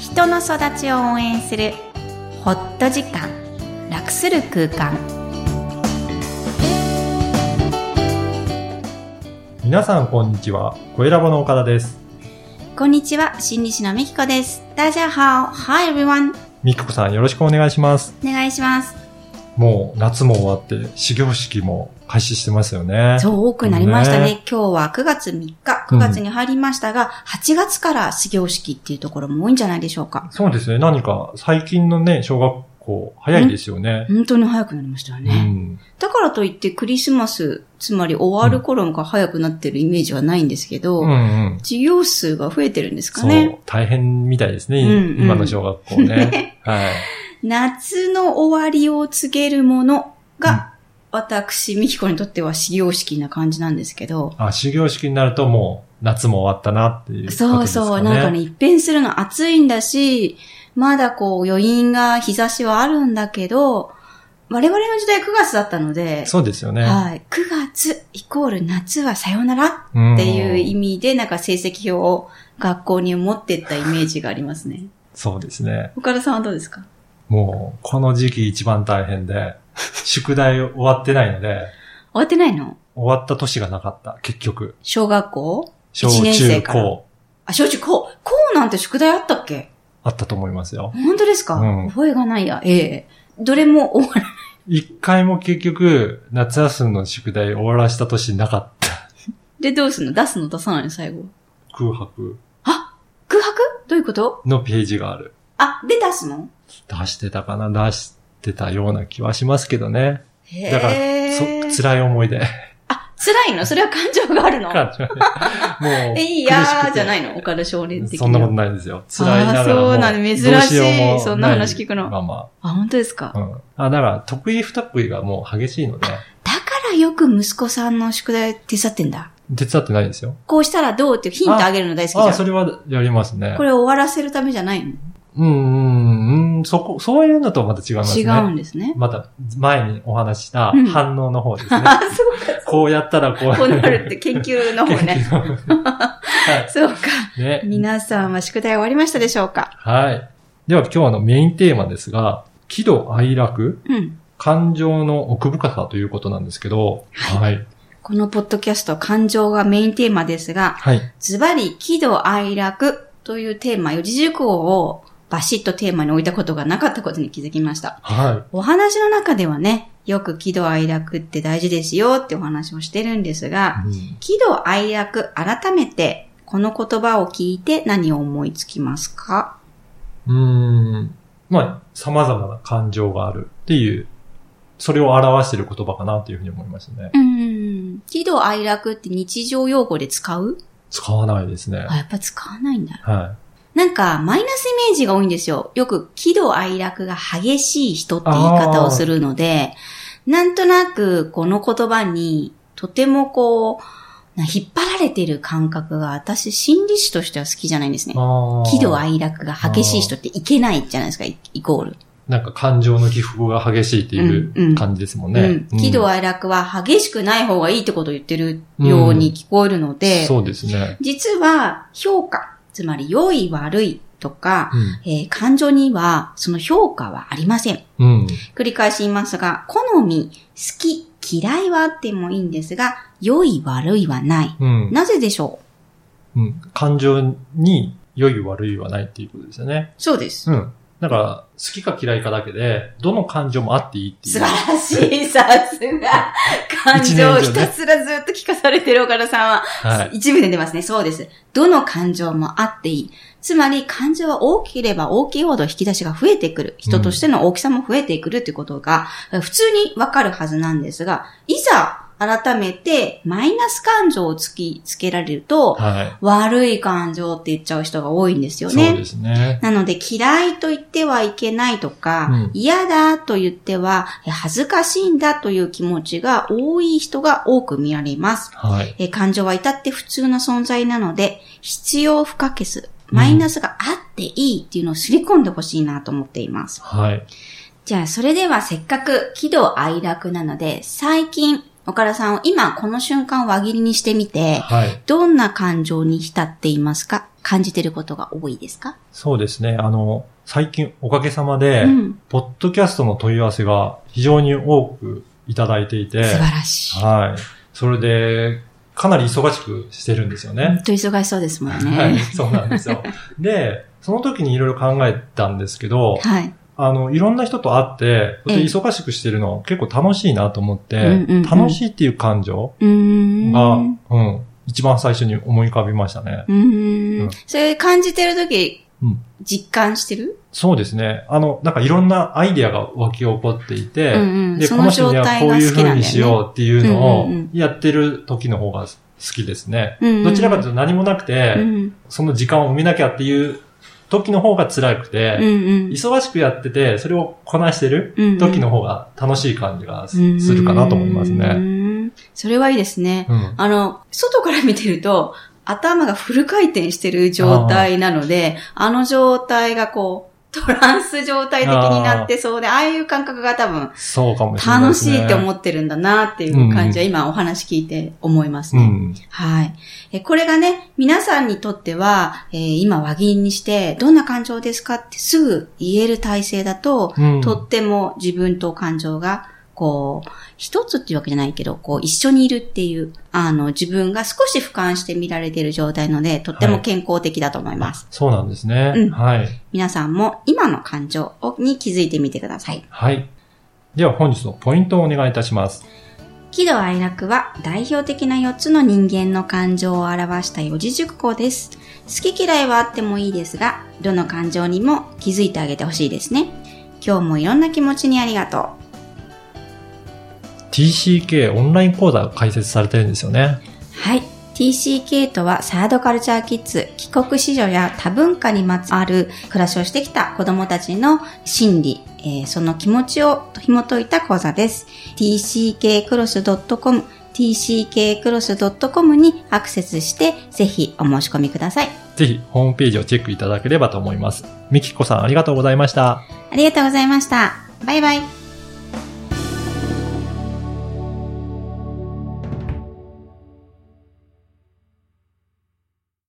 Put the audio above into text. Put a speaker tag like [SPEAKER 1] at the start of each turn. [SPEAKER 1] 人の育ちを応援するホット時間楽する空間
[SPEAKER 2] 皆さんこんにちは。声ラボの岡田です。
[SPEAKER 1] こんにちは心理師のみきこです大家好 Hi everyone
[SPEAKER 2] みきこさんよろしくお願いします。
[SPEAKER 1] お願いします
[SPEAKER 2] もう夏も終わって、始業式も開始してますよね。
[SPEAKER 1] そう多くなりましたね
[SPEAKER 2] ね
[SPEAKER 1] 今日は9月3日9月に入りましたが、8月から始業式っていうところも多いんじゃないでしょうか
[SPEAKER 2] そうですね。何か最近のね、小学校、早いですよね。
[SPEAKER 1] 本当に早くなりましたよ
[SPEAKER 2] う
[SPEAKER 1] ね、
[SPEAKER 2] ん。
[SPEAKER 1] だからといってクリスマスつまり終わる頃が早くなってるイメージはないんですけど、
[SPEAKER 2] うんうん。
[SPEAKER 1] 授業数が増えてるんですか
[SPEAKER 2] そ
[SPEAKER 1] ね
[SPEAKER 2] う。大変みたいですね。
[SPEAKER 1] うんうん
[SPEAKER 2] 今の小学 校ね。はい。
[SPEAKER 1] 夏の終わりを告げるものが、私、みきこにとっては始業式な感じなんですけど、
[SPEAKER 2] あ、始業式になるともう夏も終わったなっていうことですか、ね。
[SPEAKER 1] そうそう、なんかね、一変するの暑いんだし、まだこう余韻が日差しはあるんだけど、我々の時代9月だったので、
[SPEAKER 2] そうですよね。
[SPEAKER 1] はい、9月イコール夏はさよならっ
[SPEAKER 2] うん
[SPEAKER 1] ていう意味で、なんか成績表を学校に持ってったイメージがありますね。
[SPEAKER 2] そうですね。
[SPEAKER 1] 岡田さんはどうですか
[SPEAKER 2] もう、この時期一番大変で、宿題終わってないので、
[SPEAKER 1] 終わってないの
[SPEAKER 2] 終わった年がなかった、結局。
[SPEAKER 1] 小学校
[SPEAKER 2] 小
[SPEAKER 1] 一年生
[SPEAKER 2] 中
[SPEAKER 1] から
[SPEAKER 2] 高、
[SPEAKER 1] あ、正直、こう、こうなんて宿題あったっけ
[SPEAKER 2] あったと思いますよ。
[SPEAKER 1] 本当ですか、
[SPEAKER 2] うん
[SPEAKER 1] 覚えがないや。ええどれも終わら
[SPEAKER 2] 一回も結局、夏休みの宿題終わらした年なかった。
[SPEAKER 1] で、どうすんの出すの出さないの最後。
[SPEAKER 2] 空白
[SPEAKER 1] 空白どういうこと
[SPEAKER 2] のページがある。
[SPEAKER 1] あ、で出すの
[SPEAKER 2] 出してたかな出してたような気はしますけどね。
[SPEAKER 1] へ
[SPEAKER 2] だから、そ辛い思 い出。
[SPEAKER 1] あ、辛いのそれは感情があるの
[SPEAKER 2] もう、。
[SPEAKER 1] え、いやーじゃないいの岡田少年的に。
[SPEAKER 2] そんなことないですよ。辛いながらも。
[SPEAKER 1] あーそうなんだ珍しい
[SPEAKER 2] どうようも
[SPEAKER 1] そんな話聞くの
[SPEAKER 2] ないまあまあ。
[SPEAKER 1] あ、本当ですか、
[SPEAKER 2] う
[SPEAKER 1] だ
[SPEAKER 2] ん。あ、だから、得意不得意がもう激しいので、
[SPEAKER 1] からよく息子さんの宿題手伝ってんだ。
[SPEAKER 2] 手伝ってないですよ。
[SPEAKER 1] こうしたらどうっていうヒントあげるの大好きじゃん。
[SPEAKER 2] あ、それはやりますね
[SPEAKER 1] こ。れ終わらせるためじゃないの、
[SPEAKER 2] うん、うん、うん、そこ、そういうのとまた違いますね。
[SPEAKER 1] 違うんですね。
[SPEAKER 2] また、前にお話しした
[SPEAKER 1] うん
[SPEAKER 2] 反応の方ですね。
[SPEAKER 1] あ、そうか。
[SPEAKER 2] こうやったらこう
[SPEAKER 1] こうなるって研究の方ね。
[SPEAKER 2] は
[SPEAKER 1] そうか。
[SPEAKER 2] い。ね。
[SPEAKER 1] 皆さんは宿題終わりましたでしょうか
[SPEAKER 2] はい。では今日のメインテーマですが、喜怒哀楽、
[SPEAKER 1] うん。
[SPEAKER 2] 感情の奥深さということなんですけど、はい。
[SPEAKER 1] このポッドキャスト、感情がメインテーマですが、
[SPEAKER 2] はい。
[SPEAKER 1] ズバリ、喜怒哀楽というテーマ、四字熟語をバシッとテーマに置いたことがなかったことに気づきました。
[SPEAKER 2] は
[SPEAKER 1] お話の中ではね、よく喜怒哀楽って大事ですよってお話をしてるんですが、
[SPEAKER 2] い。うん
[SPEAKER 1] 喜怒哀楽、改めて、この言葉を聞いて何を思いつきますか
[SPEAKER 2] うーん。まあ、様々な感情があるっていう、それを表している言葉かなというふうに思いましたね。
[SPEAKER 1] うん。喜怒哀楽って日常用語で使う
[SPEAKER 2] 使わないですね。
[SPEAKER 1] あ、やっぱ使わないんだ。
[SPEAKER 2] はい。
[SPEAKER 1] なんか、マイナスイメージが多いんですよ。よく、喜怒哀楽が激しい人って言い方をするので、なんとなく、この言葉に、とてもこう、な引っ張られてる感覚が、私、心理師としては好きじゃないんですね。
[SPEAKER 2] ああ。
[SPEAKER 1] 喜怒哀楽が激しい人っていけないじゃないですか、イイコール。
[SPEAKER 2] なんか感情の起伏が激しいって
[SPEAKER 1] うん
[SPEAKER 2] いううん感じですもん
[SPEAKER 1] う
[SPEAKER 2] ね。
[SPEAKER 1] ん。喜怒哀楽は激しくない方がいいってことを言ってるように聞こえるので、
[SPEAKER 2] そうですね。
[SPEAKER 1] 実は、評価、つまり、良い悪いとか、
[SPEAKER 2] うん
[SPEAKER 1] えー感情にはその評価はありません。
[SPEAKER 2] うん。
[SPEAKER 1] 繰り返し言いますが、好み、好き、嫌いはあってもいいんですが、良い悪いはない。
[SPEAKER 2] うん。
[SPEAKER 1] なぜでしょう
[SPEAKER 2] うん。感情に良い悪いはないっていうことですよね。
[SPEAKER 1] そうです。
[SPEAKER 2] うん。だから、好きか嫌いかだけで、どの感情もあっていいってい
[SPEAKER 1] 素晴
[SPEAKER 2] う。
[SPEAKER 1] らしい、さ すが。感情をひたすらずっと聞かされてる岡田さんは、
[SPEAKER 2] はい。
[SPEAKER 1] 一部で出ますね。そうです。どの感情もあっていい。つまり、感情は大きければ大きいほど引き出しが増えてくる。人としての大きさも増えてくるってことが、普通にわかるはずなんですが、いざ改めてマイナス感情を突きつけられると、
[SPEAKER 2] は
[SPEAKER 1] 悪い感情って言っちゃう人が多いんです
[SPEAKER 2] い。
[SPEAKER 1] よ
[SPEAKER 2] そう
[SPEAKER 1] ね
[SPEAKER 2] で。すね。
[SPEAKER 1] なので、嫌いと言ってはいけないとか、
[SPEAKER 2] うん
[SPEAKER 1] 嫌だと言っては、恥ずかしいんだという気持ちが多い人が多く見られます。
[SPEAKER 2] はい。
[SPEAKER 1] えー感情は至って普通な存在なので、必要不可欠、マイナスがあっていいっていうのをすり込んでほしいなと思っています。
[SPEAKER 2] はい。
[SPEAKER 1] じゃあ、それではせっかく喜怒哀楽なので、最近、岡田さんを今この瞬間輪切りにしてみて、
[SPEAKER 2] はい。
[SPEAKER 1] どんな感情に浸っていますか感じてることが多いですか、
[SPEAKER 2] そうですね。あの、最近おかげさまで、
[SPEAKER 1] うん。
[SPEAKER 2] ポッドキャストの問い合わせが非常に多くいただいていて
[SPEAKER 1] 素、晴らしい。
[SPEAKER 2] はい。それで、かなり忙しくしてるんですよ
[SPEAKER 1] ほん
[SPEAKER 2] ね。
[SPEAKER 1] と忙しそうですもんね。
[SPEAKER 2] はい、そうなんですよ。で、その時にいろいろ考えたんですけど、
[SPEAKER 1] はい。
[SPEAKER 2] あの、いろんな人と会って、そ
[SPEAKER 1] ええ
[SPEAKER 2] して忙しくしてるの結構楽しいなと思って、
[SPEAKER 1] うんうんうん
[SPEAKER 2] 楽しいっていう感情
[SPEAKER 1] うーん。
[SPEAKER 2] が、うん、一番最初に思い浮かびましたね。
[SPEAKER 1] うー
[SPEAKER 2] うんん。
[SPEAKER 1] それ感じてるとき
[SPEAKER 2] うん、
[SPEAKER 1] 実感してる、
[SPEAKER 2] そうですね。あの、なんかいろんなアイデアが湧き起こっていて、
[SPEAKER 1] うんうん。
[SPEAKER 2] で、
[SPEAKER 1] そ
[SPEAKER 2] こ
[SPEAKER 1] の
[SPEAKER 2] の人
[SPEAKER 1] 状
[SPEAKER 2] には
[SPEAKER 1] 態
[SPEAKER 2] こ
[SPEAKER 1] が
[SPEAKER 2] う
[SPEAKER 1] 好
[SPEAKER 2] いう
[SPEAKER 1] きなんだよ
[SPEAKER 2] 風
[SPEAKER 1] ね。
[SPEAKER 2] にしようっていうのを
[SPEAKER 1] うんうん
[SPEAKER 2] やってる時の方が好きですね。
[SPEAKER 1] うんうん
[SPEAKER 2] どちらかというと何もなくて、
[SPEAKER 1] うん
[SPEAKER 2] その時間を埋めなきゃっていう時の方が辛くて、
[SPEAKER 1] うん
[SPEAKER 2] 忙しくやってて、それをこなしてる
[SPEAKER 1] うん。
[SPEAKER 2] 時の方が楽しい感じがす
[SPEAKER 1] うん
[SPEAKER 2] するかなと思います
[SPEAKER 1] う
[SPEAKER 2] ね。
[SPEAKER 1] んそれはいいですね。
[SPEAKER 2] うん。
[SPEAKER 1] あの、外から見てると、頭がフル回転してる状態なので、あの状態がこう、トランス状態的になってそうで、ああいう感覚が多分、
[SPEAKER 2] そうかもしれないで
[SPEAKER 1] 楽
[SPEAKER 2] す
[SPEAKER 1] し
[SPEAKER 2] ね。
[SPEAKER 1] いって思ってるんだなっていう感じは今お話聞いて思います
[SPEAKER 2] う
[SPEAKER 1] ね。
[SPEAKER 2] ん。
[SPEAKER 1] はい。え、これがね、皆さんにとっては、えー今輪銀にして、どんな感情ですかってすぐ言える体制だと、
[SPEAKER 2] うん。
[SPEAKER 1] とっても自分と感情が、こう、一つっていうわけじゃないけど、こう、一緒にいるっていう、あの、自分が少し俯瞰して見られている状態なので、とっても健康的だと思います。
[SPEAKER 2] そうなんですね。
[SPEAKER 1] うん
[SPEAKER 2] はい。
[SPEAKER 1] 皆さんも今の感情をに気づいてみてください。
[SPEAKER 2] はい。では本日のポイントをお願いいたします。
[SPEAKER 1] 喜怒哀楽は代表的な4つの人間の感情を表した四字熟語です。好き嫌いはあってもいいですが、どの感情にも気づいてあげてほしいですね。今日もいろんな気持ちにありがとう。
[SPEAKER 2] TCK オンライン講座が開設されてるんですよね。
[SPEAKER 1] はい。TCK とはサードカルチャーキッズ、帰国子女や多文化にまつわる暮らしをしてきた子供たちの心理、えーその気持ちを紐解いた講座です。tckcross.com、tckcross.com にアクセスして、ぜひお申し込みください。
[SPEAKER 2] ぜひホームページをチェックいただければと思います。みきこさんありがとうございました。
[SPEAKER 1] ありがとうございました。バイバイ。